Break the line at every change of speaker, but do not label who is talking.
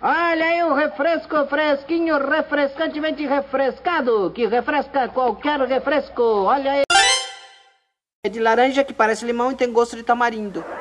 Olha aí um refresco fresquinho, refrescantemente refrescado, que refresca qualquer refresco. Olha aí.
É de laranja que parece limão e tem gosto de tamarindo.